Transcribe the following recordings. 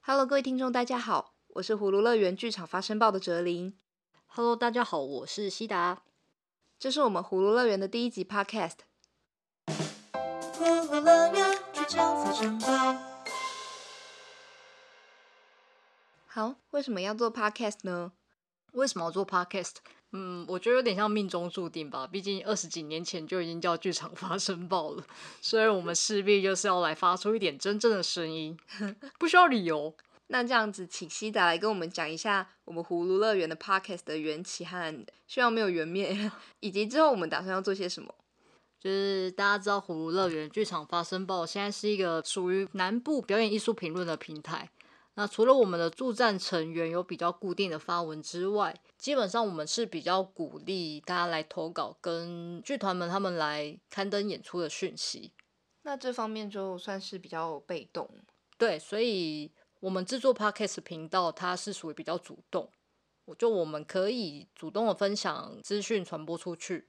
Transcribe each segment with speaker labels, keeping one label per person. Speaker 1: Hello，各位听众，大家好，我是葫芦乐园剧场发声报的哲林，
Speaker 2: Hello，大家好，我是西达。
Speaker 1: 这是我们葫芦乐园的第一集 Podcast。
Speaker 3: 呼噜乐园剧场发生吧。
Speaker 1: 好，为什么要做 Podcast 呢？
Speaker 2: 为什么要做 podcast？嗯，我觉得有点像命中注定吧，毕竟二十几年前就已经叫剧场发声报了，所以我们势必就是要来发出一点真正的声音，不需要理由。
Speaker 1: 那这样子，请西达来跟我们讲一下我们葫芦乐园的 Podcast 的缘起和希望没有缘灭，以及之后我们打算要做些什么。
Speaker 2: 就是大家知道，葫芦乐园剧场发声报现在是一个属于南部表演艺术评论的平台。那除了我们的助战成员有比较固定的发文之外，基本上我们是比较鼓励大家来投稿，跟剧团们他们来刊登演出的讯息。
Speaker 1: 那这方面就算是比较被动，
Speaker 2: 对，所以我们制作 podcast 频道，它是属于比较主动，我就我们可以主动的分享资讯传播出去。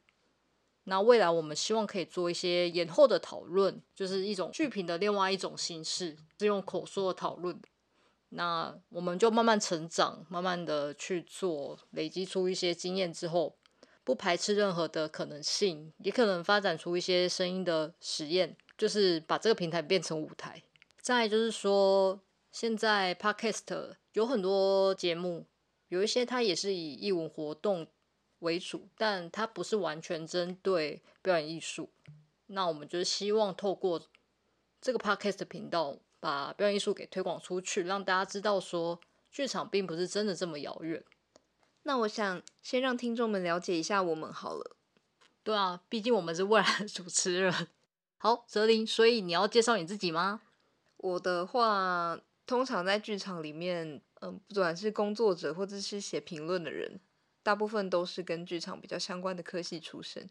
Speaker 2: 那未来我们希望可以做一些延后的讨论，就是一种剧评的另外一种形式，是用口说的讨论。那我们就慢慢成长，慢慢的去做，累积出一些经验之后，不排斥任何的可能性，也可能发展出一些声音的实验，就是把这个平台变成舞台。再来就是说，现在 Podcast 有很多节目，有一些它也是以艺文活动为主，但它不是完全针对表演艺术。那我们就是希望透过这个 Podcast 频道，把表演艺术给推广出去，让大家知道说，剧场并不是真的这么遥远。
Speaker 1: 那我想先让听众们了解一下我们好了。
Speaker 2: 对啊，毕竟我们是未来的主持人。 好，泽林，所以你要介绍你自己吗？
Speaker 1: 我的话，通常在剧场里面，嗯，不管是工作者或者是写评论的人，大部分都是跟剧场比较相关的科系出身。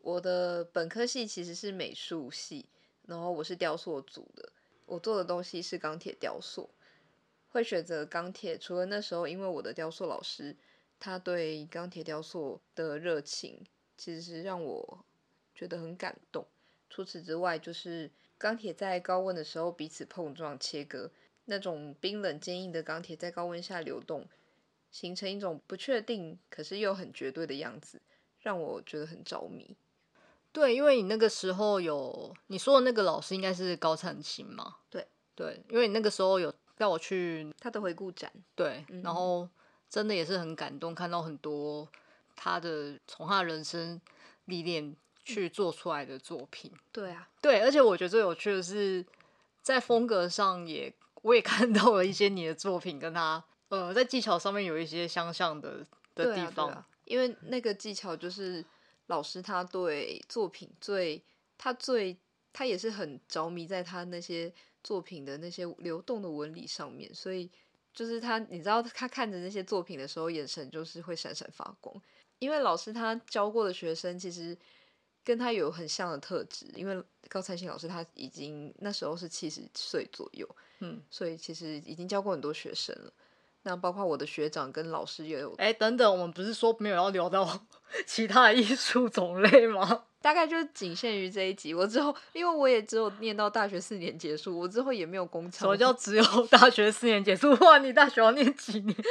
Speaker 1: 我的本科系其实是美术系，然后我是雕塑组的，我做的东西是钢铁雕塑。会选择钢铁，除了那时候因为我的雕塑老师，他对钢铁雕塑的热情，其实是让我觉得很感动。除此之外，就是钢铁在高温的时候彼此碰撞切割，那种冰冷坚硬的钢铁在高温下流动，形成一种不确定可是又很绝对的样子，让我觉得很着迷。
Speaker 2: 对，因为你那个时候有你说的那个老师应该是高灿琴嘛？
Speaker 1: 对
Speaker 2: 对，因为你那个时候有带我去
Speaker 1: 他的回顾展，
Speaker 2: 对，
Speaker 1: 嗯
Speaker 2: 然后真的也是很感动，看到很多他的从他的人生历练去做出来的作品。
Speaker 1: 对啊，
Speaker 2: 对，而且我觉得最有趣的是，在风格上也我也 看到了一些你的作品跟他呃在技巧上面有一些相像的的
Speaker 1: 对
Speaker 2: 地
Speaker 1: 啊，对
Speaker 2: 方。
Speaker 1: 啊，因为那个技巧就是老师他对作品最，他最他也是很着迷在他那些作品的那些流动的纹理上面，所以就是他，你知道他看着那些作品的时候，眼神就是会闪闪发光，因为老师他教过的学生其实跟他有很像的特质，因为高灿星老师他已经那时候是七十岁左右，
Speaker 2: 嗯，
Speaker 1: 所以其实已经教过很多学生了。那包括我的学长跟老师也有
Speaker 2: 哎，等等，我们不是说没有要聊到 其他的艺术种类吗？
Speaker 1: 大概就仅限于这一集。我之后，因为我也只有念到大学四年结束，我之后也没有工
Speaker 2: 什
Speaker 1: 厂。
Speaker 2: 么叫只有 大学四年结束？ 哇，你大学要念几年？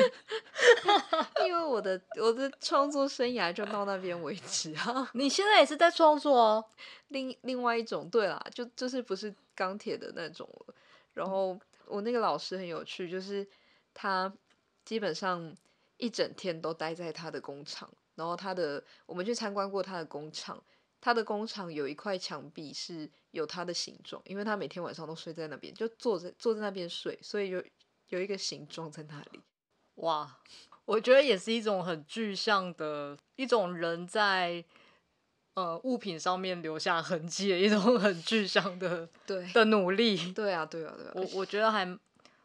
Speaker 1: 因为我的我的创作生涯就到那边为止啊。
Speaker 2: 你现在也是在创作哦。
Speaker 1: 另另外一种，对啦，就就是不是钢铁的那种了。然后我那个老师很有趣，就是他基本上一整天都待在他的工厂，然后他的我们去参观过他的工厂。他的工厂有一块墙壁是有他的形状，因为他每天晚上都睡在那边，就坐在坐在那边睡，所以有有一个形状在那里。
Speaker 2: 哇，我觉得也是一种很具象的一种人在呃物品上面留下痕迹的一种很具象的
Speaker 1: 对，
Speaker 2: 的努力。
Speaker 1: 对啊，对啊，对啊。
Speaker 2: 我我觉得还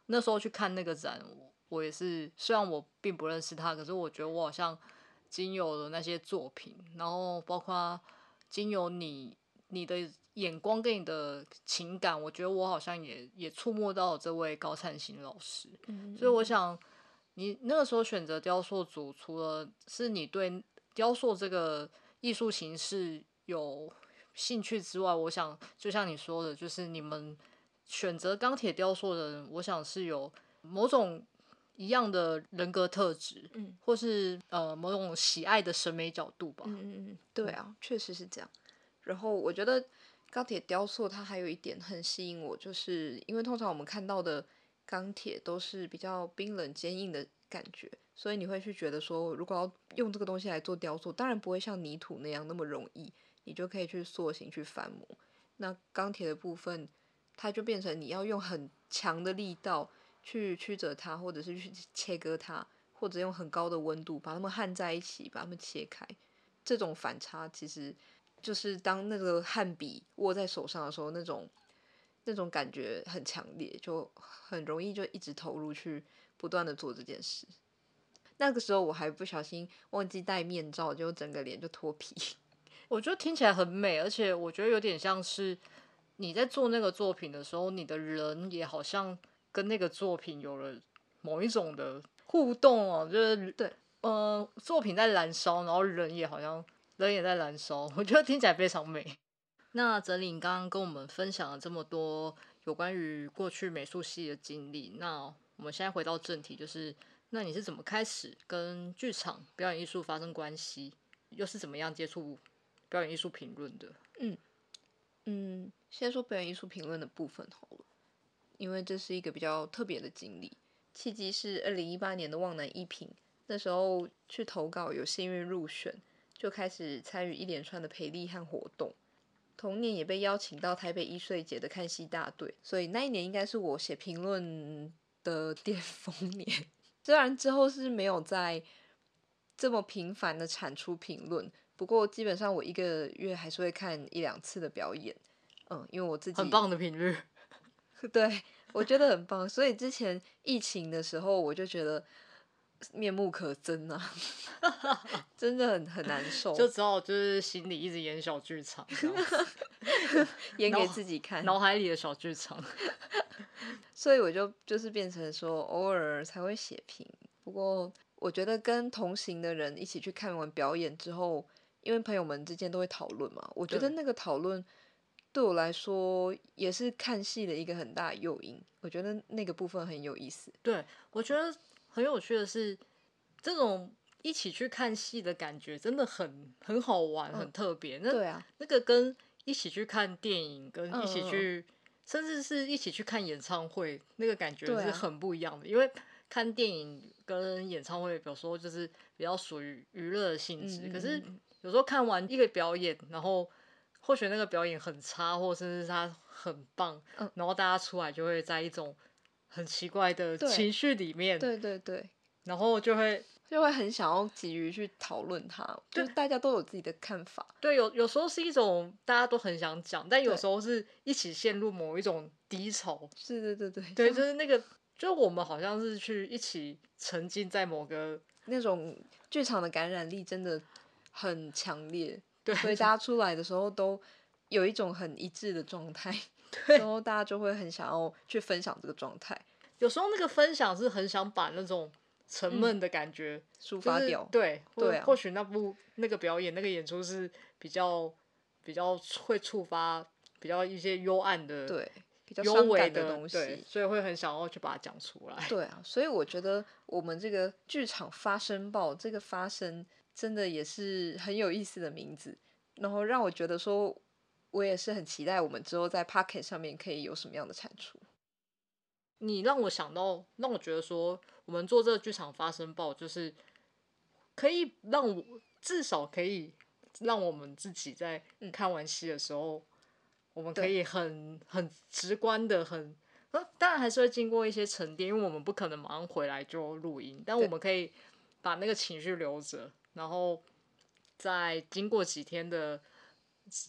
Speaker 2: 那时候去看那个展，我我也是虽然我并不认识他，可是我觉得我好像经由了那些作品，然后包括经由你你的眼光跟你的情感，我觉得我好像也也触摸到这位高灿星老师。
Speaker 1: 嗯
Speaker 2: 所以我想，你那个时候选择雕塑组，除了是你对雕塑这个艺术形式有兴趣之外，我想就像你说的，就是你们选择钢铁雕塑的人，我想是有某种一样的人格特质，
Speaker 1: 嗯
Speaker 2: 或是呃某种喜爱的审美角度吧。
Speaker 1: 嗯嗯嗯，对啊，确实是这样。然后我觉得钢铁雕塑它还有一点很吸引我，就是因为通常我们看到的钢铁都是比较冰冷坚硬的感觉，所以你会去觉得说，如果要用这个东西来做雕塑，当然不会像泥土那样那么容易，你就可以去塑形去翻模。那钢铁的部分，它就变成你要用很强的力道去曲折它，或者是去切割它，或者用很高的温度把它们焊在一起，把它们切开。这种反差其实就是当那个汗笔握在手上的时候，那种那种感觉很强烈，就很容易就一直投入去不断的做这件事。那个时候我还不小心忘记戴面罩，就整个脸就脱皮。
Speaker 2: 我觉得听起来很美，而且我觉得有点像是你在做那个作品的时候，你的人也好像跟那个作品有了某一种的互动哦、就是
Speaker 1: 对，
Speaker 2: 呃，作品在燃烧，然后人也好像人也在燃烧，我觉得听起来非常美。 那整理，你刚刚跟我们分享了这么多有关于过去美术系的经历，那我们现在回到正题，就是那你是怎么开始跟剧场表演艺术发生关系，又是怎么样接触表演艺术评论的？
Speaker 1: 嗯，先说表演艺术评论的部分好了，因为这是一个比较特别的经历。契机是二零一八年的望南一评，那时候去投稿，有幸运入选，就开始参与一连串的培力和活动。同年也被邀请到台北艺穗节的看戏大队，所以那一年应该是我写评论的巅峰年。 虽然之后是没有在这么频繁的产出评论，不过基本上我一个月还是会看一两次的表演。嗯，因为我自己
Speaker 2: 很棒的频率，
Speaker 1: 对，我觉得很棒。所以之前疫情的时候，我就觉得面目可憎啊， 真的很很 难受，
Speaker 2: 就只好就是心里一直演小剧场这样子，
Speaker 1: 演
Speaker 2: 脑
Speaker 1: 给自己看。
Speaker 2: 脑海里的小剧场。
Speaker 1: 所以我就就是变成说，偶尔才会写评。不过我觉得跟同行的人一起去看完表演之后，因为朋友们之间都会讨论嘛，我觉得
Speaker 2: 对
Speaker 1: 那个讨论对我来说也是看戏的一个很大的诱因。我觉得那个部分很有意思。
Speaker 2: 对，我觉得很有趣的是，这种一起去看戏的感觉真的很很好玩，很特别。那
Speaker 1: 对啊，
Speaker 2: 那个跟一起去看电影，跟
Speaker 1: 嗯
Speaker 2: 一起
Speaker 1: 嗯嗯
Speaker 2: 去，甚至是一起去看演唱会，那个感觉
Speaker 1: 对
Speaker 2: 是
Speaker 1: 啊
Speaker 2: 很不一样的。因为看电影跟演唱会，有时候就是比较属于娱乐的性质，
Speaker 1: 嗯
Speaker 2: 可是
Speaker 1: 嗯嗯
Speaker 2: 有时候看完一个表演，然后或许那个表演很差，或甚至是它很棒，
Speaker 1: 嗯
Speaker 2: 然后大家出来就会在一种很奇怪的
Speaker 1: 对
Speaker 2: 情绪里面，
Speaker 1: 对对对。
Speaker 2: 然后就会
Speaker 1: 就会很想要急于去讨论它，就是大家都有自己的看法，
Speaker 2: 对，有有时候是一种大家都很想讲，但有
Speaker 1: 对
Speaker 2: 时候是一起陷入某一种低潮，
Speaker 1: 是，对对对，
Speaker 2: 对，
Speaker 1: 就
Speaker 2: 就是那个，就是我们好像是去一起沉浸在某个
Speaker 1: 那种剧场的感染力真的很强烈，
Speaker 2: 对
Speaker 1: 所以大家出来的时候都有一种很一致的状态，然后大家就会很想要去分享这个状态，
Speaker 2: 有时候那个分享是很想把那种沉闷的感觉、
Speaker 1: 嗯抒
Speaker 2: 就
Speaker 1: 发
Speaker 2: 是
Speaker 1: 掉。
Speaker 2: 对，或
Speaker 1: 对啊
Speaker 2: 或许那部那个表演那个演出是比较比较会触发比较一些幽暗的
Speaker 1: 对，比较
Speaker 2: 幽
Speaker 1: 伤
Speaker 2: 微
Speaker 1: 感的东
Speaker 2: 对
Speaker 1: 西，。
Speaker 2: 所以会很想要去把它讲出来。
Speaker 1: 对啊，所以我觉得我们这个剧场发声报，这个发声真的也是很有意思的名字，然后让我觉得说，我也是很期待我们之后在 Pocket 上面可以有什么样的产出。
Speaker 2: 你让我想到，让我觉得说，我们做这个剧场发生报，就是可以让我至少可以让我们自己在看完戏的时候，我们
Speaker 1: 嗯
Speaker 2: 可
Speaker 1: 对
Speaker 2: 以很很直观的很。呃当然还是会经过一些沉淀，因为我们不可能马上回来就录音，但
Speaker 1: 对
Speaker 2: 我们可以把那个情绪留着，然后再经过几天的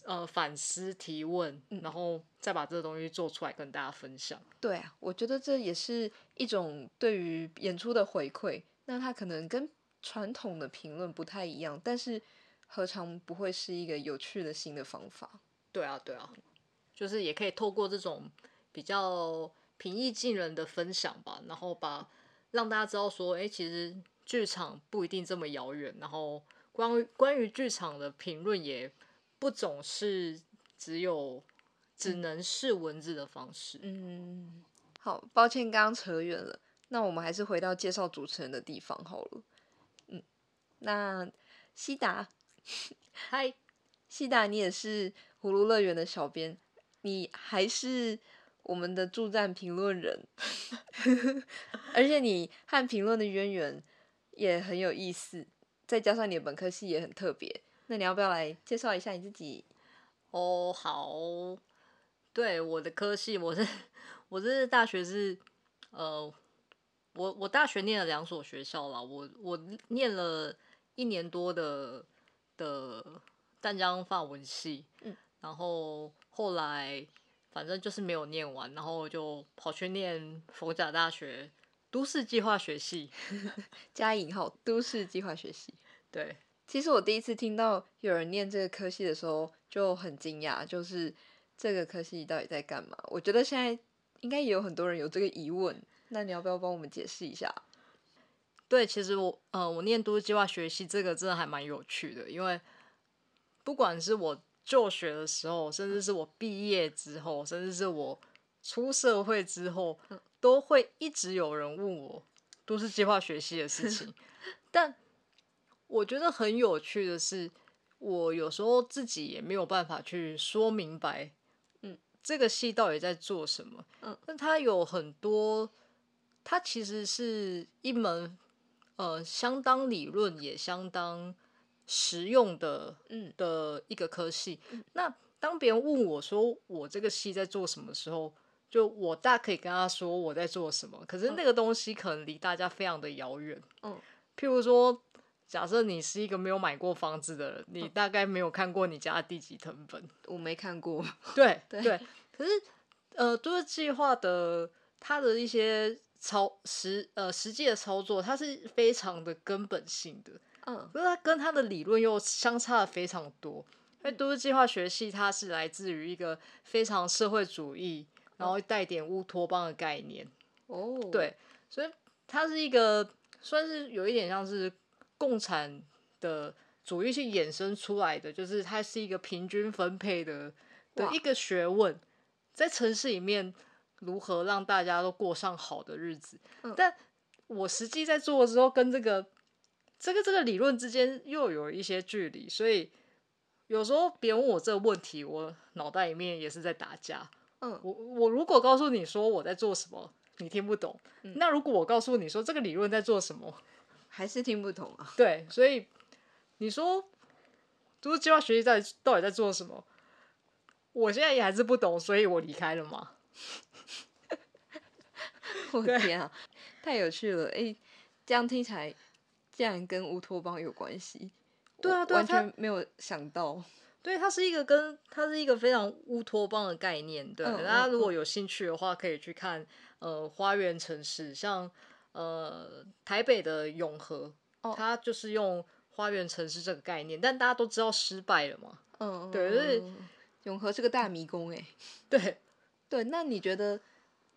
Speaker 2: 呃反思提问，
Speaker 1: 嗯
Speaker 2: 然后再把这个东西做出来跟大家分享。
Speaker 1: 对啊，我觉得这也是一种对于演出的回馈。那它可能跟传统的评论不太一样，但是何尝不会是一个有趣的新的方法？
Speaker 2: 对啊，对啊，就是也可以透过这种比较平易近人的分享吧，然后把让大家知道说，哎，其实剧场不一定这么遥远，然后关于关于剧场的评论也不总是只有嗯只能是文字的方式。
Speaker 1: 嗯，好，抱歉，刚刚扯远了。那我们还是回到介绍主持人的地方好了。嗯，那西达，
Speaker 2: 嗨，
Speaker 1: 西达，你也是葫芦乐园的小编，你还是我们的助战评论人， 而且你和评论的渊源也很有意思，再加上你的本科系也很特别，那你要不要来介绍一下你自己？
Speaker 2: 哦，好，对我的科系，我是我是大学是呃，我我大学念了两所学校啦，我我念了一年多的的淡江法文系，
Speaker 1: 嗯，
Speaker 2: 然后后来反正就是没有念完，然后就跑去念逢甲大学都市计划学系，
Speaker 1: 加引号都市计划学系。
Speaker 2: 对，
Speaker 1: 其实我第一次听到有人念这个科系的时候就很惊讶，就是这个科系到底在干嘛？我觉得现在应该也有很多人有这个疑问，那你要不要帮我们解释一下？
Speaker 2: 对，其实我呃，我念都市计划学系这个真的还蛮有趣的，因为不管是我就学的时候，甚至是我毕业之后，甚至是我出社会之后，
Speaker 1: 嗯
Speaker 2: 都会一直有人问我都市计划学系的 事情。但我觉得很有趣的是，我有时候自己也没有办法去说明白，
Speaker 1: 嗯，
Speaker 2: 这个系到底在做什么。
Speaker 1: 嗯，
Speaker 2: 但它有很多，它其实是一门呃相当理论也相当实用的
Speaker 1: 嗯
Speaker 2: 的一个科系。那当别人问我说我这个系在做什么的时候，就我大可以跟他说我在做什么，可是那个东西可能离大家非常的遥远。
Speaker 1: 嗯，
Speaker 2: 譬如说，假设你是一个没有买过房子的人，你大概没有看过你家的地籍成本。
Speaker 1: 我没看过，
Speaker 2: 对
Speaker 1: 对
Speaker 2: 可是呃，都市计划的它的一些操实呃实际的操作，它是非常的根本性的，
Speaker 1: 嗯
Speaker 2: 可是它跟它的理论又相差的非常多。因为都市计划学系它是来自于一个非常社会主义，然后带点乌托邦的概念，
Speaker 1: 哦，
Speaker 2: 对，所以它是一个算是有一点像是共产的主义去衍生出来的，就是它是一个平均分配的的
Speaker 1: 哇
Speaker 2: 一个学问，在城市里面如何让大家都过上好的日子。
Speaker 1: 嗯
Speaker 2: 但我实际在做的时候，跟这个这个这个理论之间又有一些距离，所以。有时候别人问我这个问题，我脑袋里面也是在打架。
Speaker 1: 嗯
Speaker 2: 我我如果告诉你说我在做什么，你听不懂。那如果我告诉你说这个理论在做什 么，
Speaker 1: 还是听不懂啊。
Speaker 2: 对，所以你说都市计划学习在到底在做什么？我现在也还是不懂，所以我离开了嘛。
Speaker 1: 我的天啊，太有趣了！诶，这样听起来竟然跟乌托邦有关系。
Speaker 2: 对啊
Speaker 1: 我
Speaker 2: 对啊
Speaker 1: 完
Speaker 2: 它
Speaker 1: 全没有想到。
Speaker 2: 对，它是一个跟它是一个非常乌托邦的概念。对，
Speaker 1: 嗯
Speaker 2: 大家
Speaker 1: 嗯
Speaker 2: 如果有兴趣的话，可以去看呃花园城市，像呃台北的永和，
Speaker 1: 哦
Speaker 2: 它就是用花园城市这个概念，但大家都知道失败了嘛。
Speaker 1: 嗯，
Speaker 2: 对就是
Speaker 1: 嗯嗯嗯永和是个大迷宫诶。欸
Speaker 2: 对，
Speaker 1: 对，那你觉得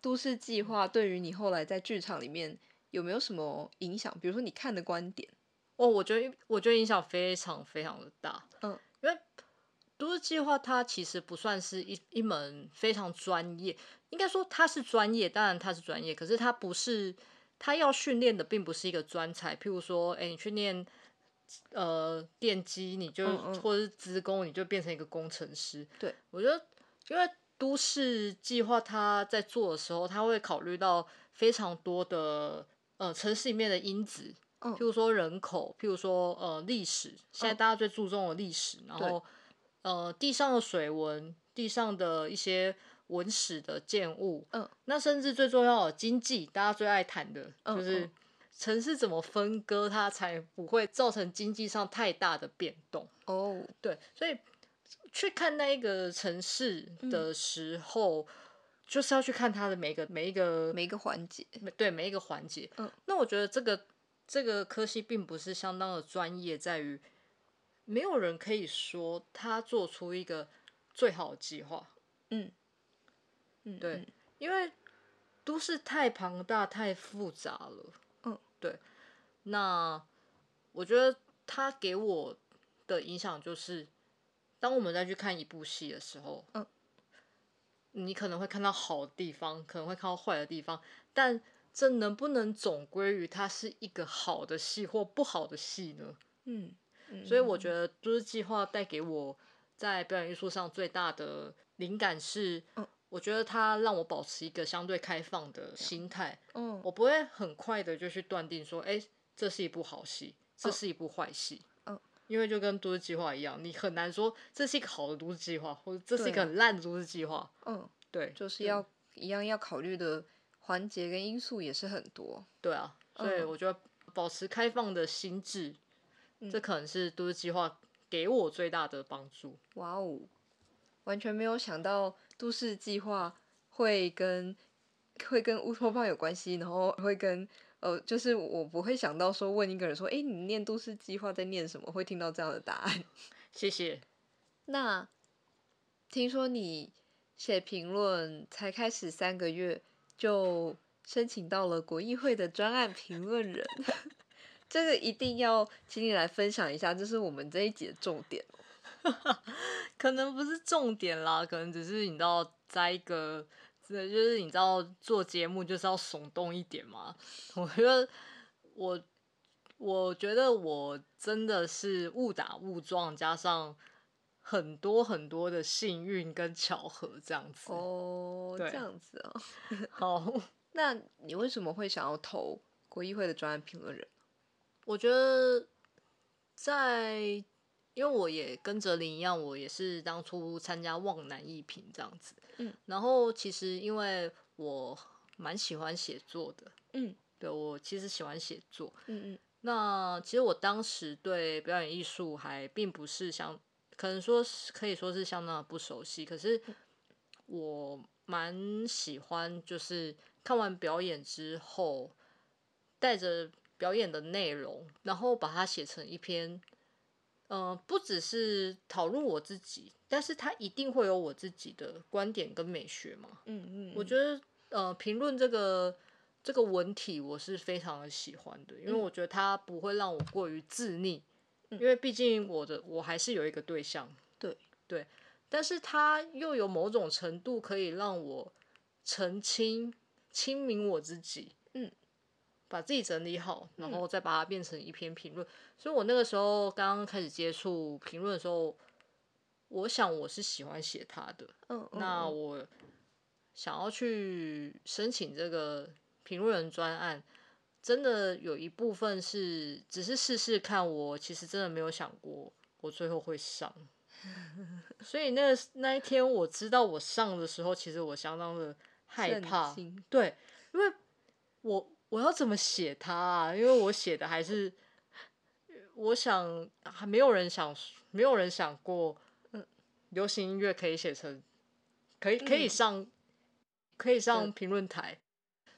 Speaker 1: 都市计划对于你后来在剧场里面有没有什么影响？比如说你看的观点，
Speaker 2: 哦，我觉得我觉得影响非常非常的大。
Speaker 1: 嗯，
Speaker 2: 因为都市计划它其实不算是一一门非常专业，应该说它是专业，当然它是专业，可是它不是它要训练的并不是一个专才。譬如说，哎、你去念呃电机，你就
Speaker 1: 嗯嗯
Speaker 2: 或者是资工，你就变成一个工程师。
Speaker 1: 对
Speaker 2: 我觉得，因为都市计划它在做的时候，它会考虑到非常多的呃城市里面的因子，
Speaker 1: 嗯
Speaker 2: 譬如说人口，譬如说呃历史，现在
Speaker 1: 嗯
Speaker 2: 大家最注重的历史，然后呃地上的水文，地上的一些文史的建物，
Speaker 1: 嗯，
Speaker 2: 那甚至最重要的经济，大家最爱谈的
Speaker 1: 嗯
Speaker 2: 就是
Speaker 1: 嗯
Speaker 2: 城市怎么分割，它才不会造成经济上太大的变动。
Speaker 1: 哦，
Speaker 2: 对，所以去看那一个城市
Speaker 1: 嗯
Speaker 2: 的时候，就是要去看它的每一个每一个
Speaker 1: 每一个环节，
Speaker 2: 每对每一个环节。
Speaker 1: 嗯，
Speaker 2: 那我觉得这个这个科系并不是相当的专业，在于没有人可以说他做出一个最好的计划，
Speaker 1: 嗯，嗯，
Speaker 2: 对，因为都市太庞大、太复杂了。
Speaker 1: 嗯，
Speaker 2: 对。那我觉得他给我的影响就是，当我们再去看一部戏的时候，
Speaker 1: 嗯，
Speaker 2: 你可能会看到好的地方，可能会看到坏的地方，但这能不能总归于它是一个好的戏或不好的戏呢？
Speaker 1: 嗯，嗯
Speaker 2: 所以我觉得就是计划带给我在表演艺术上最大的灵感是
Speaker 1: 嗯，
Speaker 2: 我觉得它让我保持一个相对开放的心态，
Speaker 1: 嗯
Speaker 2: 我不会很快的就去断定说，哎、这是一部好戏，这
Speaker 1: 嗯
Speaker 2: 是一部坏戏。
Speaker 1: 嗯
Speaker 2: 因为就跟都市计划一样，你很难说这是一个好的都市计划，或者这是一
Speaker 1: 对
Speaker 2: 个
Speaker 1: 啊
Speaker 2: 很烂的都市计划。
Speaker 1: 嗯，
Speaker 2: 对，
Speaker 1: 就是
Speaker 2: 对
Speaker 1: 要一样要考虑的环节跟因素也是很多。
Speaker 2: 对啊，所以
Speaker 1: 嗯
Speaker 2: 我觉得保持开放的心智，这
Speaker 1: 嗯
Speaker 2: 可能是都市计划给我最大的帮助。
Speaker 1: 哇哦，完全没有想到都市计划会跟会跟乌托邦有关系，然后会跟呃，就是我不会想到说问一个人说，诶，你念都市计划在念什么？会听到这样的答案。
Speaker 2: 谢谢。
Speaker 1: 那听说你写评论才开始三个月，就申请到了国议会的专案评论人，这个一定要请你来分享一下，这是我们这一集的重点。
Speaker 2: 可能不是重点啦，可能只是你知道，在一个，真的就是你知道做节目就是要耸动一点嘛。我觉得我，我觉得我真的是误打误撞，加上很多很多的幸运跟巧合这样子。
Speaker 1: 哦，这
Speaker 2: 对
Speaker 1: 样子哦。
Speaker 2: 好，
Speaker 1: 那你为什么会想要投国议会的专案评论人？
Speaker 2: 我觉得在，因为我也跟哲林一样，我也是当初参加望南艺评这样子。
Speaker 1: 嗯，
Speaker 2: 然后其实因为我蛮喜欢写作的，
Speaker 1: 嗯
Speaker 2: 对我其实喜欢写作。
Speaker 1: 嗯嗯
Speaker 2: 那其实我当时对表演艺术还并不是相，可能说是可以说是相当的不熟悉，可是我蛮喜欢，就是看完表演之后，带着表演的内容，然后把它写成一篇。呃，不只是讨论我自己，但是它一定会有我自己的观点跟美学嘛。
Speaker 1: 嗯嗯，
Speaker 2: 我觉得呃，评论这个这个文体我是非常的喜欢的，因为
Speaker 1: 嗯
Speaker 2: 我觉得它不会让我过于自溺，
Speaker 1: 嗯
Speaker 2: 因为毕竟我的我还是有一个对象，
Speaker 1: 对
Speaker 2: 对，但是它又有某种程度可以让我澄清、清明我自己，
Speaker 1: 嗯。
Speaker 2: 把自己整理好，然
Speaker 1: 嗯
Speaker 2: 后再把它变成一篇评论。所以我那个时候刚刚开始接触评论的时候，我想我是喜欢写它的，
Speaker 1: 嗯嗯
Speaker 2: 那
Speaker 1: 嗯
Speaker 2: 我想要去申请这个评论人专案，真的有一部分是只是试试看我，其实真的没有想过我最后会上。所以那那一天我知道我上的时候，其实我相当的害
Speaker 1: 震
Speaker 2: 怕，
Speaker 1: 惊
Speaker 2: 对，因为我我要怎么写它啊？因为我写的还是，我想还没有人想，没有人想过，
Speaker 1: 嗯
Speaker 2: 流行音乐可以写成，可以可以
Speaker 1: 嗯
Speaker 2: 上，可以上
Speaker 1: 对
Speaker 2: 评论台，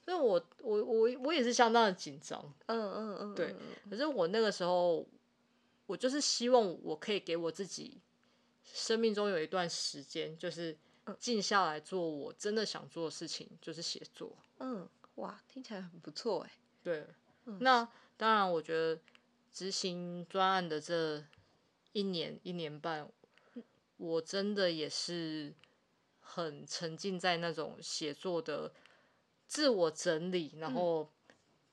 Speaker 2: 所以我我我我也是相当的紧张，
Speaker 1: 嗯嗯嗯，
Speaker 2: 对
Speaker 1: 嗯嗯
Speaker 2: 可是我那个时候，我就是希望我可以给我自己生命中有一段时间，就是
Speaker 1: 嗯
Speaker 2: 静下来做我真的想做的事情，就是写作。
Speaker 1: 嗯，哇，听起来很不错哎。
Speaker 2: 对，
Speaker 1: 嗯
Speaker 2: 那当然，我觉得执行专案的这一年一年半，我真的也是很沉浸在那种写作的自我整理，然
Speaker 1: 嗯
Speaker 2: 后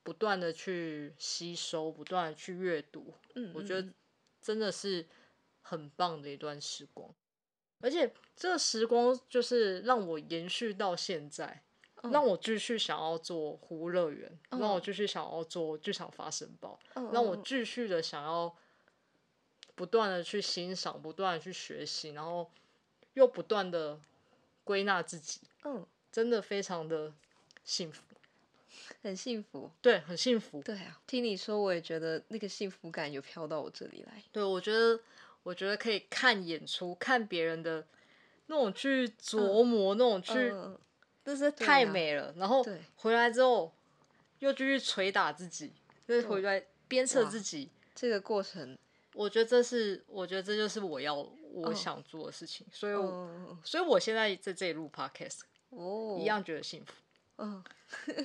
Speaker 2: 不断的去吸收，不断的去阅读，
Speaker 1: 嗯，
Speaker 2: 我
Speaker 1: 嗯
Speaker 2: 觉得
Speaker 1: 嗯
Speaker 2: 真的是很棒的一段时光。而且这个时光就是让我延续到现在，
Speaker 1: 嗯
Speaker 2: 让我继续想要做湖乐园，
Speaker 1: 嗯
Speaker 2: 让我继续想要做剧场发生报，
Speaker 1: 嗯
Speaker 2: 让我
Speaker 1: 嗯
Speaker 2: 继续的想要不断的去欣赏，不断的去学习，然后又不断的归纳自己，
Speaker 1: 嗯
Speaker 2: 真的非常的幸福，
Speaker 1: 很幸福。
Speaker 2: 对，很幸福。
Speaker 1: 对啊，听你说，我也觉得那个幸福感有飘到我这里来。
Speaker 2: 对，我觉得，我觉得可以看演出，看别人的那种去琢磨，那种去，
Speaker 1: 嗯
Speaker 2: 那是
Speaker 1: 对
Speaker 2: 太
Speaker 1: 啊
Speaker 2: 美了。然后
Speaker 1: 对
Speaker 2: 回来之后，又继续捶打自己，就是回来鞭策
Speaker 1: 哇
Speaker 2: 自己。
Speaker 1: 这个过程，
Speaker 2: 我觉得这是，我觉得这就是我要我
Speaker 1: 嗯
Speaker 2: 想做的事情。所以我，
Speaker 1: 嗯
Speaker 2: 所以我现在在这里录 podcast，、
Speaker 1: 哦，
Speaker 2: 一，样觉得幸福。
Speaker 1: 嗯，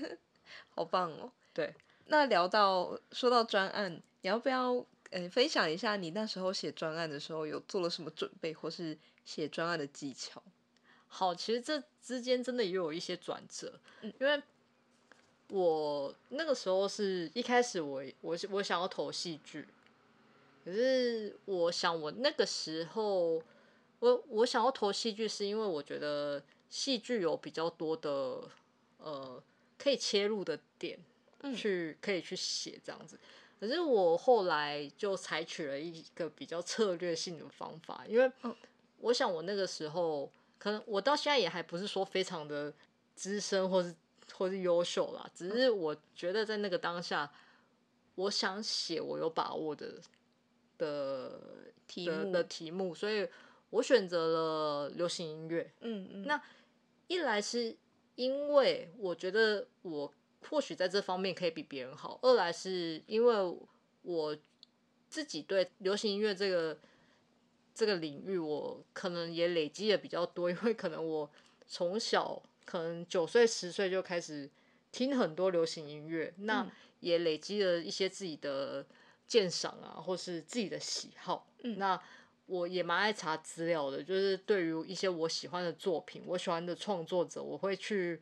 Speaker 1: 好棒哦。
Speaker 2: 对，
Speaker 1: 那聊到说到专案，你要不要呃分享一下你那时候写专案的时候有做了什么准备，或是写专案的技巧？
Speaker 2: 好，其实这之间真的也有一些转折，
Speaker 1: 嗯
Speaker 2: 因为我那个时候是一开始我我是我想要投戏剧，可是我想我那个时候我我想要投戏剧，是因为我觉得戏剧有比较多的呃可以切入的点，
Speaker 1: 嗯
Speaker 2: 去可以去写这样子。可是我后来就采取了一个比较策略性的方法，因为
Speaker 1: 嗯
Speaker 2: 我想我那个时候可能我到现在也还不是说非常的资深或是或是优秀啦，
Speaker 1: 嗯
Speaker 2: 只是我觉得在那个当下，我想写我有把握的的
Speaker 1: 题
Speaker 2: 的
Speaker 1: 目
Speaker 2: 的题目，所以我选择了流行音乐。
Speaker 1: 嗯嗯，
Speaker 2: 那一来是因为我觉得我或许在这方面可以比别人好；二来是因为我自己对流行音乐这个这个领域，我可能也累积的比较多，因为可能我从小可能九岁十岁就开始听很多流行音乐，那
Speaker 1: 嗯
Speaker 2: 也累积了一些自己的鉴赏啊，或是自己的喜好。
Speaker 1: 嗯
Speaker 2: 那我也蛮爱查资料的，就是对于一些我喜欢的作品、我喜欢的创作者，我会去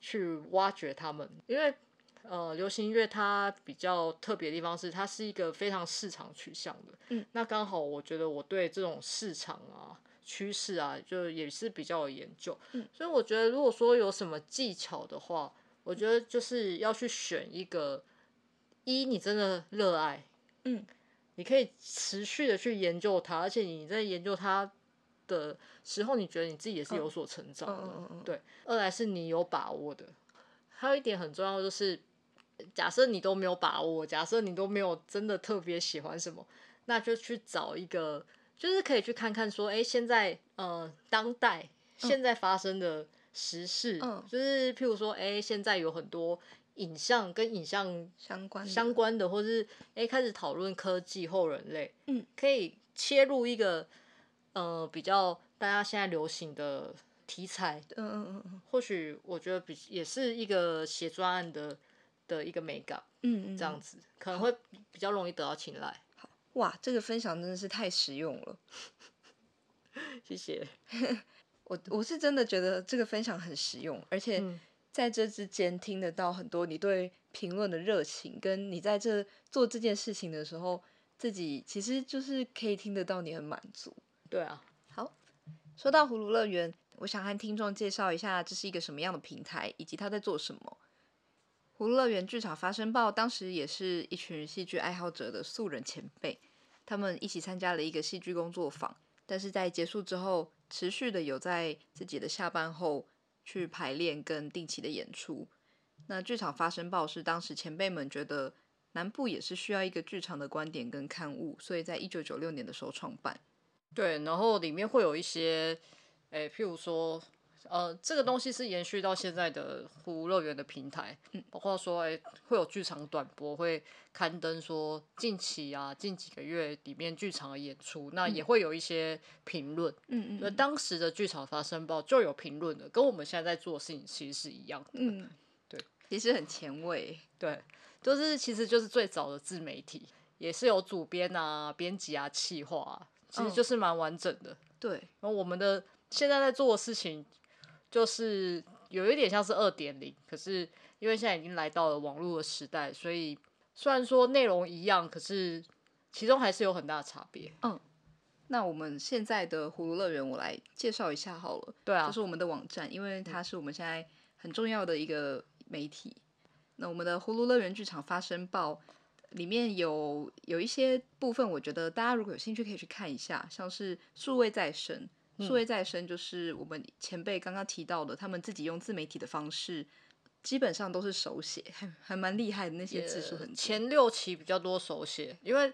Speaker 2: 去挖掘他们，因为呃，流行音乐它比较特别的地方是，它是一个非常市场取向的。
Speaker 1: 嗯，
Speaker 2: 那刚好我觉得我对这种市场啊、趋势啊，就也是比较有研究。
Speaker 1: 嗯，
Speaker 2: 所以我觉得如果说有什么技巧的话，我觉得就是要去选一个一你真的热爱，
Speaker 1: 嗯，
Speaker 2: 你可以持续的去研究它，而且你在研究它的时候，你觉得你自己也是有所成长的。
Speaker 1: 嗯嗯嗯嗯
Speaker 2: 对，二来是你有把握的，还有一点很重要就是，假设你都没有把握，假设你都没有真的特别喜欢什么，那就去找一个，就是可以去看看说，哎、现在呃，当代现在发生的时事，
Speaker 1: 嗯
Speaker 2: 就是譬如说，哎、现在有很多影像跟影像
Speaker 1: 相关的
Speaker 2: 相关的，或是哎、诶开始讨论科技后人类，
Speaker 1: 嗯，
Speaker 2: 可以切入一个呃比较大家现在流行的题材，
Speaker 1: 嗯嗯嗯嗯
Speaker 2: 或许我觉得比也是一个写专案的的一个美感，
Speaker 1: 嗯嗯，
Speaker 2: 这样子、可能会比比较容易得到青睐。
Speaker 1: 哇，这个分享真的是太实用了。
Speaker 2: 谢谢。
Speaker 1: 我我是真的觉得这个分享很实用，而且
Speaker 2: 嗯
Speaker 1: 在这之间听得到很多你对评论的热情，跟你在这做这件事情的时候，自己其实就是可以听得到你很满足。
Speaker 2: 对啊，
Speaker 1: 说到葫芦乐园，我想和听众介绍一下这是一个什么样的平台，以及它在做什么。葫芦乐园剧场发生报当时也是一群戏剧爱好者的素人前辈，他们一起参加了一个戏剧工作坊，但是在结束之后，持续的有在自己的下班后去排练跟定期的演出。那剧场发生报是当时前辈们觉得南部也是需要一个剧场的观点跟刊物，所以在一九九六年的时候创办。
Speaker 2: 对，然后里面会有一些，诶、譬如说，呃，这个东西是延续到现在的湖乐园的平台，
Speaker 1: 嗯
Speaker 2: 包括说，诶、会有剧场短播会刊登说近期啊，近几个月里面剧场的演出，那也会有一些评论。
Speaker 1: 嗯
Speaker 2: 那当时的剧场发生报就有评论的，跟我们现在在做的事情其实是一样的。
Speaker 1: 嗯，
Speaker 2: 对，
Speaker 1: 其实很前卫。
Speaker 2: 对，就是其实就是最早的自媒体，也是有主编啊、编辑啊、企划啊，其实
Speaker 1: 嗯
Speaker 2: 就是蛮完整的。
Speaker 1: 对，
Speaker 2: 然后我们的现在在做的事情，就是有一点像是二点零，可是因为现在已经来到了网络的时代，所以虽然说内容一样，可是其中还是有很大的差别。
Speaker 1: 那我们现在的葫芦乐园，我来介绍一下好了，
Speaker 2: 对啊，
Speaker 1: 这是我们的网站，因为它是我们现在很重要的一个媒体。那我们的葫芦乐园剧场发声报里面有有一些部分，我觉得大家如果有兴趣可以去看一下，像是数位再生。数位再生就是我们前辈刚刚提到的，他们自己用自媒体的方式，基本上都是手写，还还蛮厉害的，那些字数很多
Speaker 2: 前六期比较多手写，因为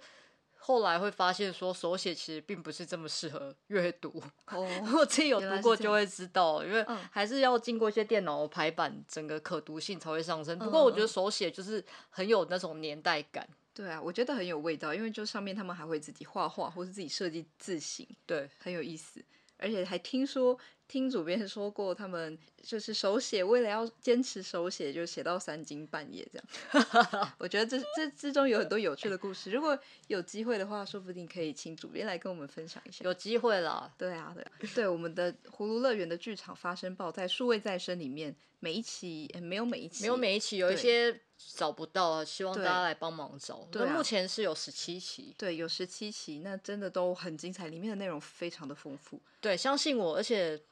Speaker 2: 后来会发现说手写其实并不是这么适合阅读。
Speaker 1: 哦，
Speaker 2: 我自己有
Speaker 1: 原来是
Speaker 2: 读过
Speaker 1: 这
Speaker 2: 就
Speaker 1: 样
Speaker 2: 会知道，因为
Speaker 1: 嗯
Speaker 2: 还是要经过一些电脑的排版，整个可读性才会上升。不过我觉
Speaker 1: 嗯
Speaker 2: 得
Speaker 1: 嗯
Speaker 2: 手写就是很有那种年代感，
Speaker 1: 对啊，我觉得很有味道，因为就上面他们还会自己画画，或是自己设计字形，
Speaker 2: 对，
Speaker 1: 很有意思。而且还听说听主编说过，他们就是手写，为了要坚持手写，就写到三更半夜这样。 我觉得这这之中有很多有趣的故事，如果有机会的话，说不定可以请主编来跟我们分享一下。
Speaker 2: 有机会啦，
Speaker 1: 对啊，对啊，对我们的葫芦乐园的剧场发生报在数位再生里面，每一期、诶没有每一期，
Speaker 2: 没有每一期有一
Speaker 1: 对
Speaker 2: 些找不到啊，希望大
Speaker 1: 对
Speaker 2: 家来帮忙找。
Speaker 1: 对
Speaker 2: 那
Speaker 1: 啊
Speaker 2: 目前是有十七期，
Speaker 1: 对有十七期，那真的都很精彩，里面的内容非常的丰富，
Speaker 2: 对，相信我，而且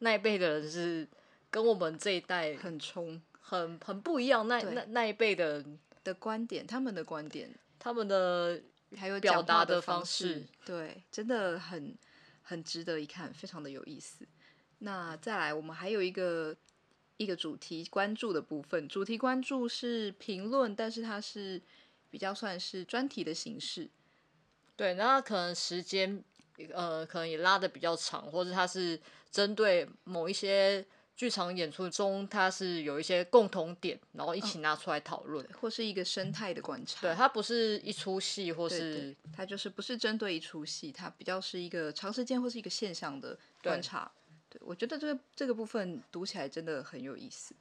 Speaker 2: 那一辈的人是跟我们这一代
Speaker 1: 很冲
Speaker 2: 很很不一样，那
Speaker 1: 对
Speaker 2: 那那一辈的人
Speaker 1: 的观点，他们的观点
Speaker 2: 他们的
Speaker 1: 还有
Speaker 2: 表
Speaker 1: 讲
Speaker 2: 达
Speaker 1: 话
Speaker 2: 的
Speaker 1: 的
Speaker 2: 方
Speaker 1: 式
Speaker 2: 式，
Speaker 1: 对，真的很很值得一看，非常的有意思。那再来，我们还有一个一个主题关注的部分，主题关注是评论，但是它是比较算是专题的形式，
Speaker 2: 对，那可能时间呃，可能也拉的比较长，或者他是针对某一些剧场演出中，它是有一些共同点，然
Speaker 1: 嗯
Speaker 2: 后一起拿出来讨论。
Speaker 1: 或是一个生态的观察。
Speaker 2: 对，它不是一出戏，或
Speaker 1: 对
Speaker 2: 是
Speaker 1: 对，它就是不是针对一出戏，它比较是一个长时间或是一个现象的观察。对我觉得这个这个部分读起来真的很有意思。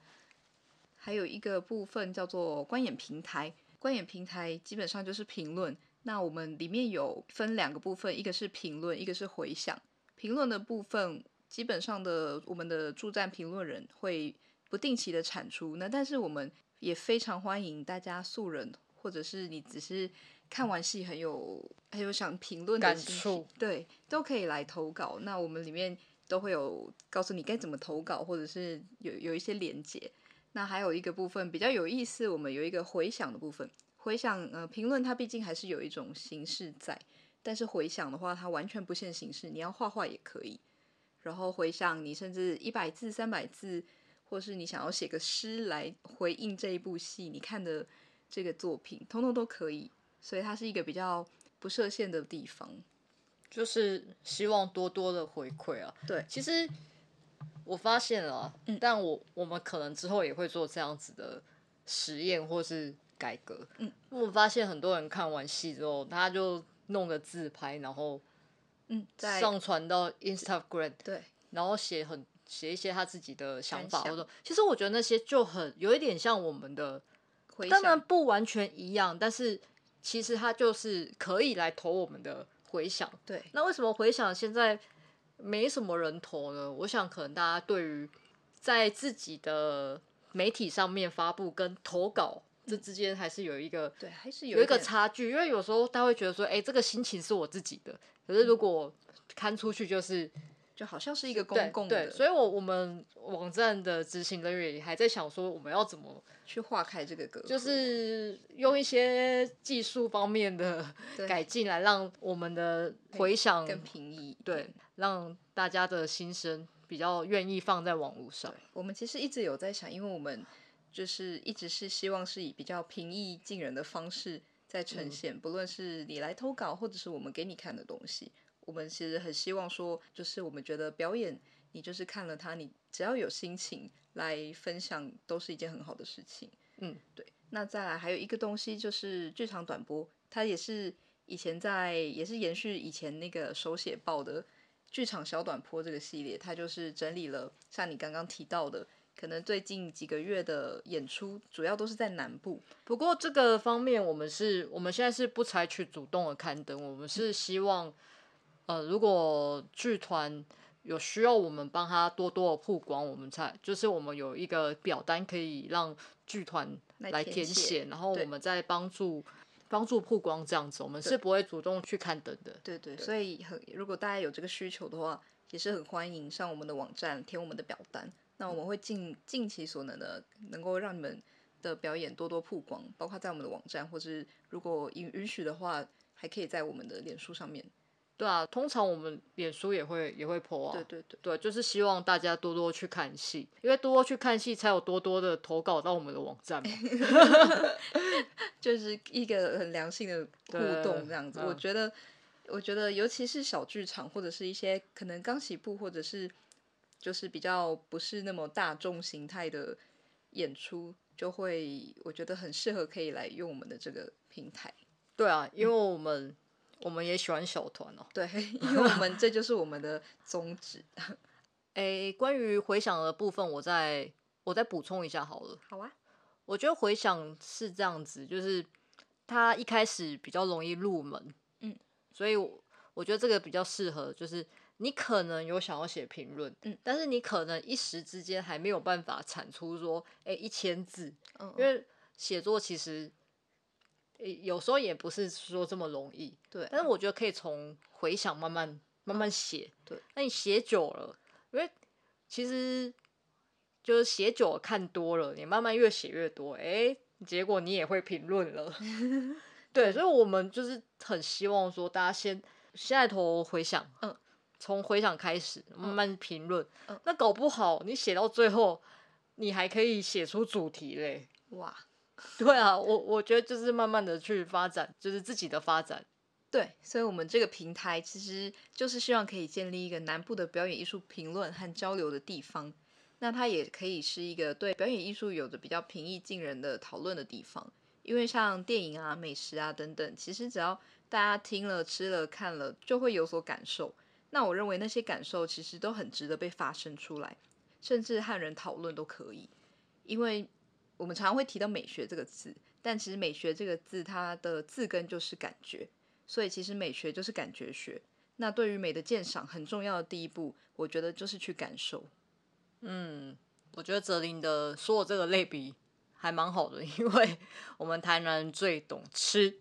Speaker 1: 还有一个部分叫做观演平台，观演平台基本上就是评论。那我们里面有分两个部分，一个是评论，一个是回响。评论的部分，基本上的我们的助战评论人会不定期的产出。那但是我们也非常欢迎大家素人，或者是你只是看完戏很有很有想评论的
Speaker 2: 感
Speaker 1: 心
Speaker 2: 触
Speaker 1: 情，对，都可以来投稿。那我们里面都会有告诉你该怎么投稿，或者是有有一些连接。那还有一个部分比较有意思，我们有一个回响的部分。回响呃，评论它毕竟还是有一种形式在，但是回想的话，它完全不限形式，你要画画也可以。然后回想你甚至一百字、三百字，或是你想要写个诗来回应这一部戏你看的这个作品，通通都可以。所以它是一个比较不设限的地方。
Speaker 2: 就是希望多多的回馈啊。
Speaker 1: 对嗯
Speaker 2: 其实我发现了啊、但我我们可能之后也会做这样子的实验或是改革。
Speaker 1: 嗯，
Speaker 2: 我发现很多人看完戏之后，他就弄个自拍，然后
Speaker 1: 嗯，在
Speaker 2: 上传到 Instagram，
Speaker 1: 对
Speaker 2: 然后写很写一些他自己的想法，
Speaker 1: 感
Speaker 2: 或
Speaker 1: 想
Speaker 2: 者其实我觉得那些就很有一点像我们的，
Speaker 1: 回
Speaker 2: 当然
Speaker 1: 想
Speaker 2: 不完全一样，但是其实它就是可以来投我们的回响。
Speaker 1: 对
Speaker 2: 那为什么回想现在没什么人投呢？我想可能大家对于在自己的媒体上面发布跟投稿这之间还是有一个
Speaker 1: 对，还是
Speaker 2: 有一个
Speaker 1: 嗯点
Speaker 2: 差距，因为有时候他会觉得说，哎、这个心情是我自己的，可是如
Speaker 1: 嗯
Speaker 2: 果刊出去就是
Speaker 1: 就好像是一个
Speaker 2: 对
Speaker 1: 公共
Speaker 2: 对，
Speaker 1: 的，
Speaker 2: 所以我我们网站的执行人员也还在想说，我们要怎么
Speaker 1: 去化开这个格
Speaker 2: 就
Speaker 1: 格
Speaker 2: 是用一些技术方面的
Speaker 1: 对
Speaker 2: 改进来让我们的回响
Speaker 1: 更平易一点。
Speaker 2: 对，让大家的心声比较愿意放在网络上。
Speaker 1: 我们其实一直有在想，因为我们就是一直是希望是以比较平易近人的方式在呈现，不论是你来投稿，或者是我们给你看的东西，我们其实很希望说，就是我们觉得表演，你就是看了它，你只要有心情来分享，都是一件很好的事情。
Speaker 2: 嗯，
Speaker 1: 对。那再来还有一个东西就是剧场短波，它也是以前在也是延续以前那个手写报的剧场小短坡这个系列，它就是整理了像你刚刚提到的，可能最近几个月的演出，主要都是在南部。
Speaker 2: 不过这个方面，我们是我们现在是不采取主动的刊登，我们是希望，呃，如果剧团有需要我们帮他多多的曝光，我们才就是我们有一个表单可以让剧团
Speaker 1: 来
Speaker 2: 来填
Speaker 1: 填写
Speaker 2: 写，然后
Speaker 1: 对
Speaker 2: 我们再帮助帮助曝光这样子，我们是不会主动去刊登的。
Speaker 1: 对对，所以很如果大家有这个需求的话，也是很欢迎上我们的网站填我们的表单。那我们会尽尽其所能的，能够让你们的表演多多曝光，包括在我们的网站，或是如果允允许的话，还可以在我们的脸书上面。
Speaker 2: 对啊，通常我们脸书也会也会 po 啊，
Speaker 1: 对对对，
Speaker 2: 对，就是希望大家多多去看戏，因为多多去看戏，才有多多的投稿到我们的网站 嘛。
Speaker 1: 就是一个很良性的互动
Speaker 2: 对
Speaker 1: 这样子。
Speaker 2: 嗯
Speaker 1: 我觉得，我觉得尤其是小剧场或者是一些可能刚起步或者是就是比较不是那么大众形态的演出，就会我觉得很适合可以来用我们的这个平台。
Speaker 2: 对啊，因为我们、 我们也喜欢小团哦、
Speaker 1: 对，因为我们这就是我们的宗旨。
Speaker 2: 诶，关于回想的部分，我再我再补充一下好了。
Speaker 1: 好啊，
Speaker 2: 我觉得回想是这样子，就是它一开始比较容易入门，
Speaker 1: 嗯，
Speaker 2: 所以我我觉得这个比较适合，就是你可能有想要写评论，
Speaker 1: 嗯，
Speaker 2: 但是你可能一时之间还没有办法产出说，哎、一千字，
Speaker 1: 嗯，
Speaker 2: 因为写作其实。诶有时候也不是说这么容易，
Speaker 1: 对啊，
Speaker 2: 但是我觉得可以从回想慢慢慢慢写。
Speaker 1: 对，
Speaker 2: 那你写久了，因为其实就是写久了看多了，你慢慢越写越多，哎、结果你也会评 论了。对，所以我们就是很希望说，大家先现在头回想，
Speaker 1: 嗯，
Speaker 2: 从回想开始慢慢评论。
Speaker 1: 嗯
Speaker 2: 那搞不好你写到最后，你还可以写出主题嘞。
Speaker 1: 哇，
Speaker 2: 对啊，我我觉得就是慢慢的去发展，就是自己的发展。
Speaker 1: 对，所以我们这个平台其实就是希望可以建立一个南部的表演艺术评论和交流的地方。那它也可以是一个对表演艺术有着比较平易近人的讨论的地方，因为像电影啊、美食啊等等，其实只要大家听了、吃了、看了，就会有所感受。那我认为那些感受其实都很值得被发声出来，甚至和人讨论都可以，因为我们常常会提到美学这个字，但其实美学这个字它的字根就是感觉，所以其实美学就是感觉学。那对于美的鉴赏，很重要的第一步，我觉得就是去感受。
Speaker 2: 嗯，我觉得哲林的说的这个类比还蛮好的， 因为我们台南人最懂 吃，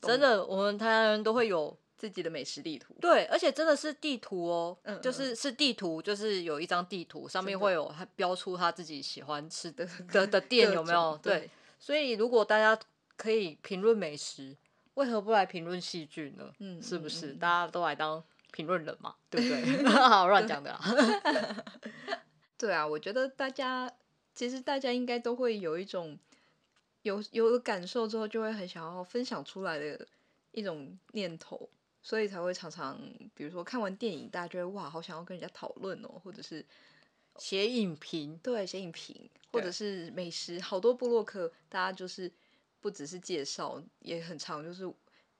Speaker 2: 真的，我们台南人都会有
Speaker 1: 自己的美食地图。
Speaker 2: 对，而且真的是地图哦，
Speaker 1: 嗯
Speaker 2: 就
Speaker 1: 嗯
Speaker 2: 是是地图，就是有一张地图上面
Speaker 1: 真的
Speaker 2: 会有他标出他自己喜欢吃 的
Speaker 1: 各
Speaker 2: 的的店
Speaker 1: 各
Speaker 2: 有没有
Speaker 1: 种？
Speaker 2: 对，，所以如果大家可以评论美食，为何不来评论戏剧呢？
Speaker 1: 嗯
Speaker 2: 是不是？
Speaker 1: 嗯嗯
Speaker 2: 大家都来当评论人 嘛，对不对？好乱讲的啊啦。
Speaker 1: 对啊，我觉得大家其实大家应该都会有一种有有了感受之后，就会很想要分享出来的一种念头，所以才会常常，比如说看完电影，大家就会哇，好想要跟人家讨论哦，或者是
Speaker 2: 写影评，
Speaker 1: 对写影评，或者
Speaker 2: 对
Speaker 1: 是美食，好多部落客大家就是不只是介绍，也很常就是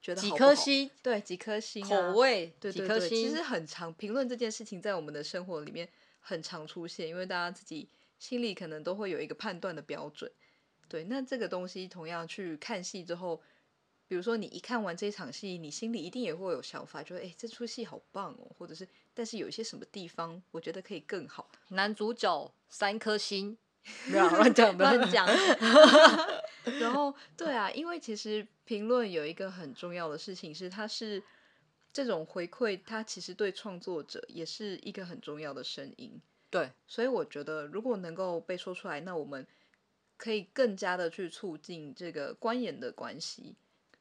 Speaker 1: 觉得
Speaker 2: 几
Speaker 1: 好不
Speaker 2: 颗
Speaker 1: 好，
Speaker 2: 星，
Speaker 1: 对几颗星、啊、
Speaker 2: 口味，
Speaker 1: 对
Speaker 2: 几
Speaker 1: 对
Speaker 2: 颗
Speaker 1: 对，
Speaker 2: 星，
Speaker 1: 其实很常评论这件事情在我们的生活里面很常出现，因为大家自己心里可能都会有一个判断的标准。对，那这个东西同样去看戏之后，比如说你一看完这场戏，你心里一定也会有想法，就是哎，诶这出戏好棒哦，或者是但是有一些什么地方，我觉得可以更好。
Speaker 2: 男主角三颗星，没有啊乱讲的，
Speaker 1: 乱 讲。然后，对啊，因为其实评论有一个很重要的事情是，它是这种回馈，它其实对创作者也是一个很重要的声音。
Speaker 2: 对，
Speaker 1: 所以我觉得，如果能够被说出来，那我们可以更加的去促进这个观演的关系。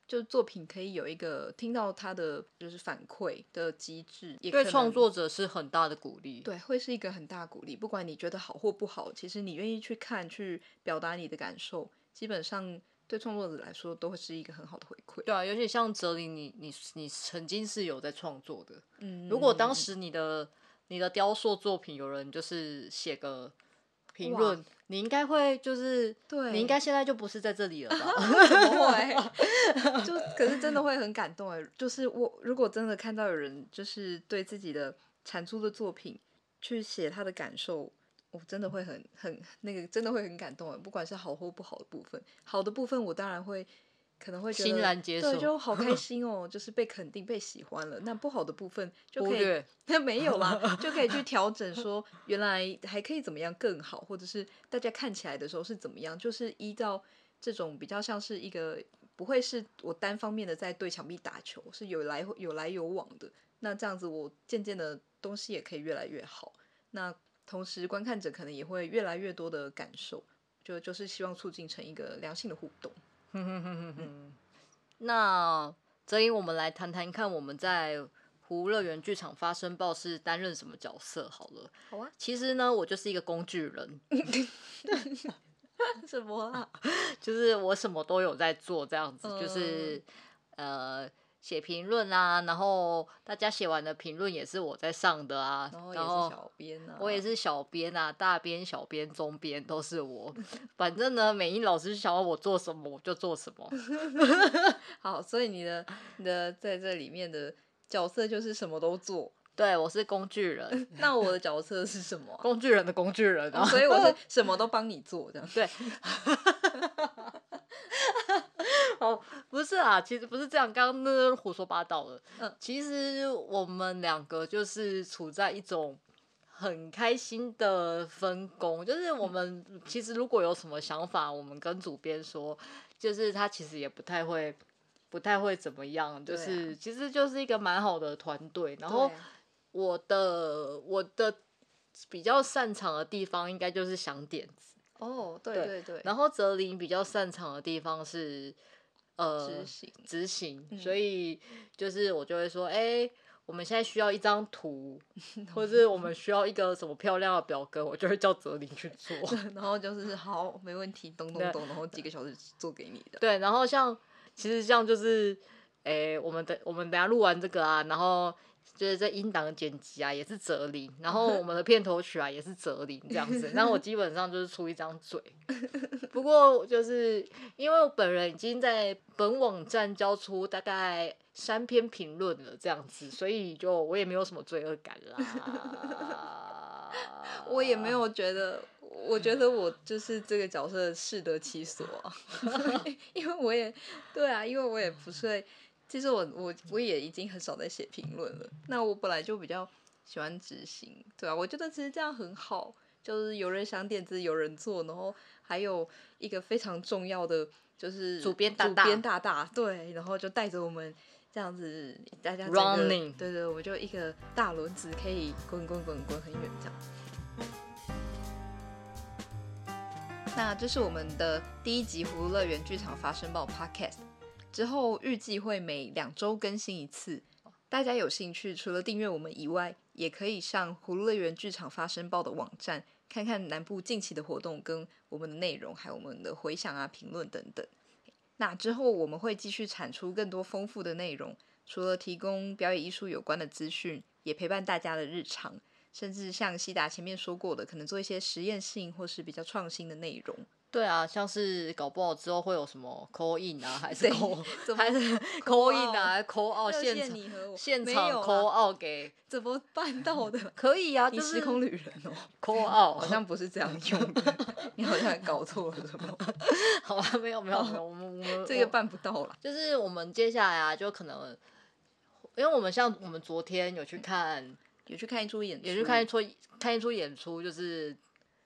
Speaker 1: 就作品可以有一个听到他的就是反馈的机制，也
Speaker 2: 对
Speaker 1: 可
Speaker 2: 创
Speaker 1: 能
Speaker 2: 作者是很大的鼓励。，
Speaker 1: 对，会是一个很大的鼓励。不管你觉得好或不好，其实你愿意去看、去表达你的感受，基本上对创作者来说都会是一个很好的回馈。
Speaker 2: 对啊，尤其像哲林，你你你曾经是有在创作的，
Speaker 1: 嗯
Speaker 2: 如果当时你的你的雕塑作品有人就是写个评论，你应该会就是，
Speaker 1: 对
Speaker 2: 你应该现在就不是在这里了 吧？
Speaker 1: 怎么会？ 就可是真的会很感动哎！就是我如果真的看到有人就是对自己的产出的作品去写他的感受，我真的会很很那个，真的会很感动哎！不管是好或不好的部分，好的部分我当然会。可能会觉得
Speaker 2: 欣然接受
Speaker 1: 对，就好 开心哦，就是被肯定、被喜欢了。那不好的部分就
Speaker 2: 忽
Speaker 1: 可以
Speaker 2: 略，
Speaker 1: 那 没有啦，就可以去调整，说原来还可以怎么样更好，或者是大家看起来的时候是怎么样，就是依照这种比较像是一个不会是我单方面的在对墙壁打球，是有来有来有往的。那这样子，我渐渐的东西也可以越来越好。那同时，观看者可能也会越来越多的感受，就就是希望促进成一个良性的互动。
Speaker 2: 哼哼哼哼哼。 那哲英，我们来谈谈看我们在湖乐园剧场发声报是担任什么角色好了。
Speaker 1: 好啊，
Speaker 2: 其实呢，我就是一个工具人，
Speaker 1: 什么啊？
Speaker 2: 就是我什么都有在做，这样子，
Speaker 1: 嗯
Speaker 2: 就是呃写评论啊，然后大家写完的评论也是我在上的啊，
Speaker 1: 然哦后也
Speaker 2: 然
Speaker 1: 是
Speaker 2: 后
Speaker 1: 小编啊，
Speaker 2: 我也是小编啊，大编、小编、中编都是我， 反正呢，美英老师想要我做什么我就做什 么，
Speaker 1: 好，所以你的你的在这里面的角色就是什么都做，
Speaker 2: 对，我是工具人，
Speaker 1: 那我的角色是什 么啊、
Speaker 2: 工具人的工具 人啊。
Speaker 1: 所以我是什么都帮你做这样。
Speaker 2: 对，哦，不是啊，其实不是这样，刚刚那都胡说八道了。
Speaker 1: 嗯
Speaker 2: 其实我们两个就是处在一种很开心的分工，就是我
Speaker 1: 嗯
Speaker 2: 们其实如果有什么想法，我们跟主编说，就是他其实也不太会。不太会怎么样，就
Speaker 1: 对啊
Speaker 2: 是、其实就是一个蛮好的团队，然后
Speaker 1: 对啊
Speaker 2: 我的我的比较擅长的地方应该就是想点子，
Speaker 1: 哦，对
Speaker 2: 对
Speaker 1: 对对，
Speaker 2: 然后泽林比较擅长的地方是呃
Speaker 1: 执行
Speaker 2: 执行，
Speaker 1: 嗯
Speaker 2: 所以就是我就会说，哎、我们现在需要一张图，或是我们需要一个什么漂亮的表格，我就会叫泽林去做。
Speaker 1: 然后就是好，没问题，咚
Speaker 2: 对
Speaker 1: 咚咚，然后几个小时做给你的。。
Speaker 2: 对，然后像其实像就是，诶、我们等我们等下录完这个啊，然后就是这音档剪辑啊也是哲林，然后我们的片头曲啊也是哲林这样子。那我基本上就是出一张嘴，不过就是因为我本人已经在本网站交出大概。三篇评论了，这样子，所以就我也没有什么罪恶感啦
Speaker 1: 我也没
Speaker 2: 啊
Speaker 1: 有觉得，我觉得我就是这个角色适得其所啊、 因为我也对啊，因为我也不
Speaker 2: 嗯
Speaker 1: 是会，其实我我我也已经很少在写评论了。那我本来就比较喜欢执行，对啊，我觉得其实这样很好，就是有人想点子，有人做，然后还有一个非常重要的就是
Speaker 2: 主编大大
Speaker 1: 主编大大对，然后就带着我们。这样子，大家整个
Speaker 2: Running
Speaker 1: 对对，我们就一个大轮子可以滚滚滚滚很远这样。那这是我们的第一集《葫芦乐园剧场发生报》Podcast，之后预计会每两周更新一次。大家有兴趣，除了订阅我们以外，也可以上《葫芦乐园剧场发生报》的网站，看看南部近期的活动跟我们的内容，还有我们的回响啊、评论等等。那之后我们会继续产出更多丰富的内容，除了提供表演艺术有关的资讯，也陪伴大家的日常。甚至像西达前面说过的，可能做一些实验性或是比较创新的内容。
Speaker 2: 对啊，像是搞不好之后会有什么 call in 啊，还是
Speaker 1: 对
Speaker 2: call
Speaker 1: 怎么
Speaker 2: 还是
Speaker 1: call
Speaker 2: call in 啊，call out
Speaker 1: 热
Speaker 2: 现
Speaker 1: 线
Speaker 2: 场
Speaker 1: 你和我
Speaker 2: 现
Speaker 1: 没
Speaker 2: 场
Speaker 1: 有啦啊
Speaker 2: call out 给
Speaker 1: 怎么办 到的？
Speaker 2: 可以啊，
Speaker 1: 你
Speaker 2: 就是
Speaker 1: 时 空旅人 哦，
Speaker 2: call
Speaker 1: 好
Speaker 2: out
Speaker 1: 像不是这样用的， 你好像搞错了什 么，
Speaker 2: 好吧， 没有没有没有，我们我们
Speaker 1: 哦这个
Speaker 2: 我
Speaker 1: 办不到啦。
Speaker 2: 就是我们接下来啊，就可能因为我们像我们昨天有去看，
Speaker 1: 有去看一出演出，
Speaker 2: 有去看一出看一出演出，就是应
Speaker 1: 嗯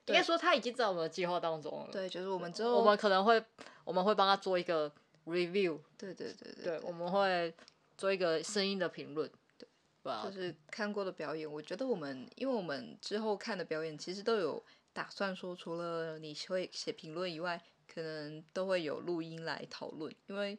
Speaker 1: 对
Speaker 2: 该说他已经在我们的计划当中了，，
Speaker 1: 对，哦就是我们之后，
Speaker 2: 我们可能会我们会帮他做一个 review，
Speaker 1: 对对对对
Speaker 2: 对，我们会做一个声音的评论，对啊，
Speaker 1: 就是看过的表演，我觉得我们，因为我们之后看的表演，其实都有打算说，除了你会写评论以外，可能都会有录音来讨论，因为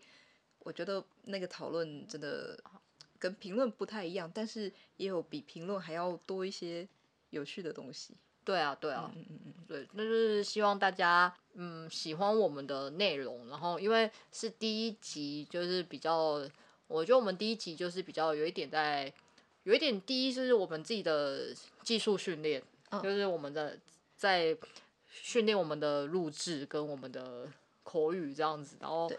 Speaker 1: 我觉得那个讨论真的
Speaker 2: 哦
Speaker 1: 跟评论不太一样，但是也有比评论还要多一些有趣的东西。
Speaker 2: 对啊，对啊，
Speaker 1: 嗯嗯嗯，
Speaker 2: 对，那就是希望大家嗯喜欢我们的内容，然后因为是第一集，就是比较，我觉得我们第一集就是比较有一点在，有一点第一就是我们自己的技术训练，
Speaker 1: 嗯
Speaker 2: 就是我们的在训练我们的录制跟我们的口语这样子，然后
Speaker 1: 对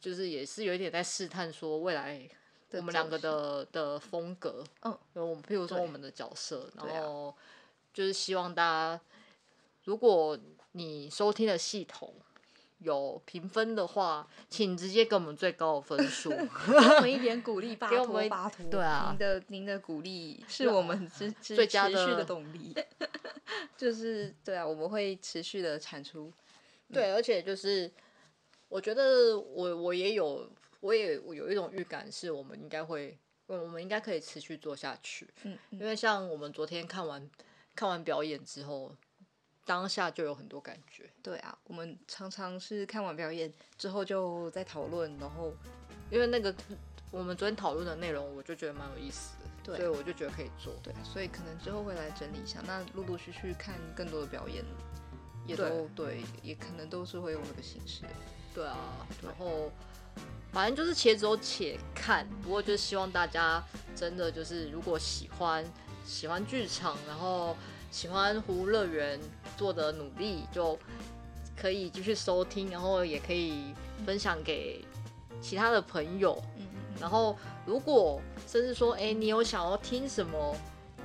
Speaker 2: 就是也是有一点在试探说未来我们两个
Speaker 1: 的
Speaker 2: 的的风格，
Speaker 1: 嗯，
Speaker 2: 我们譬如说
Speaker 1: 对
Speaker 2: 我们的角色，
Speaker 1: 对啊
Speaker 2: 然后就是希望大家，如果你收听的系统有评分的话，请直接给我们最高的分数。
Speaker 1: 走向，给我们一点鼓 励，拜
Speaker 2: 给我
Speaker 1: 托
Speaker 2: 们一
Speaker 1: 拜托，
Speaker 2: 对啊
Speaker 1: 您的您的鼓励是
Speaker 2: 对啊
Speaker 1: 我 们持持
Speaker 2: 最佳
Speaker 1: 持续
Speaker 2: 的
Speaker 1: 的动力， 就是对啊，我们会持续的产出。
Speaker 2: 对，而且就是我觉得我我也有我也我有一种预感，是我们应该会，我们应该可以持续做下去。
Speaker 1: 嗯，嗯
Speaker 2: 因为像我们昨天看完看完表演之后，当下就有很多感觉。
Speaker 1: 对啊，我们常常是看完表演之后就在讨论，然后
Speaker 2: 因为那个我们昨天讨论的内容，我就觉得蛮有意思的，
Speaker 1: 对啊
Speaker 2: 所以我就觉得可以做。
Speaker 1: 对啊，所以可能之后会来整理一下。那陆陆续续看更多的表演，也
Speaker 2: 对
Speaker 1: 都对也可能都是会用那个形式。
Speaker 2: 对啊，
Speaker 1: 对
Speaker 2: 然后反正就是且走且看，不过就是希望大家真的就是如果喜欢喜欢剧场，然后喜欢湖乐园做的努力，就可以继续收听，然后也可以分享给其他的朋友。
Speaker 1: 嗯嗯嗯。
Speaker 2: 然后如果甚至说，哎，你有想要听什么，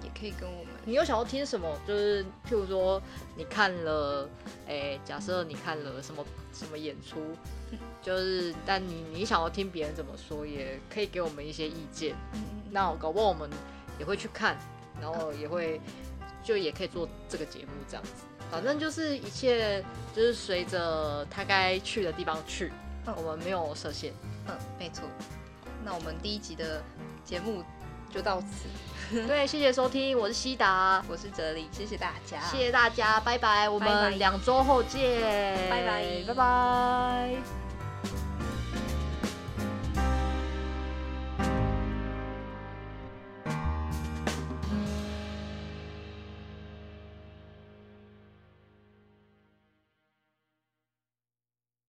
Speaker 1: 也可以跟我们
Speaker 2: 你有想要听什么，就是譬如说你看了，哎，假设你看了什么什么演出，就是但你你想要听别人怎么说，也可以给我们一些意见。
Speaker 1: 嗯
Speaker 2: 那搞不好我们也会去看，然后也会就也可以做这个节目这样子。反正就是一切就是随着他该去的地方去，
Speaker 1: 嗯
Speaker 2: 我们没有设限。
Speaker 1: 嗯，没错。那我们第一集的节目就到此，
Speaker 2: 对，谢谢收听，我是西达，
Speaker 1: 我是哲理，谢谢大家，
Speaker 2: 谢谢大家，拜拜，我
Speaker 1: 拜拜
Speaker 2: 们两周后见，
Speaker 1: 拜拜
Speaker 2: 拜拜。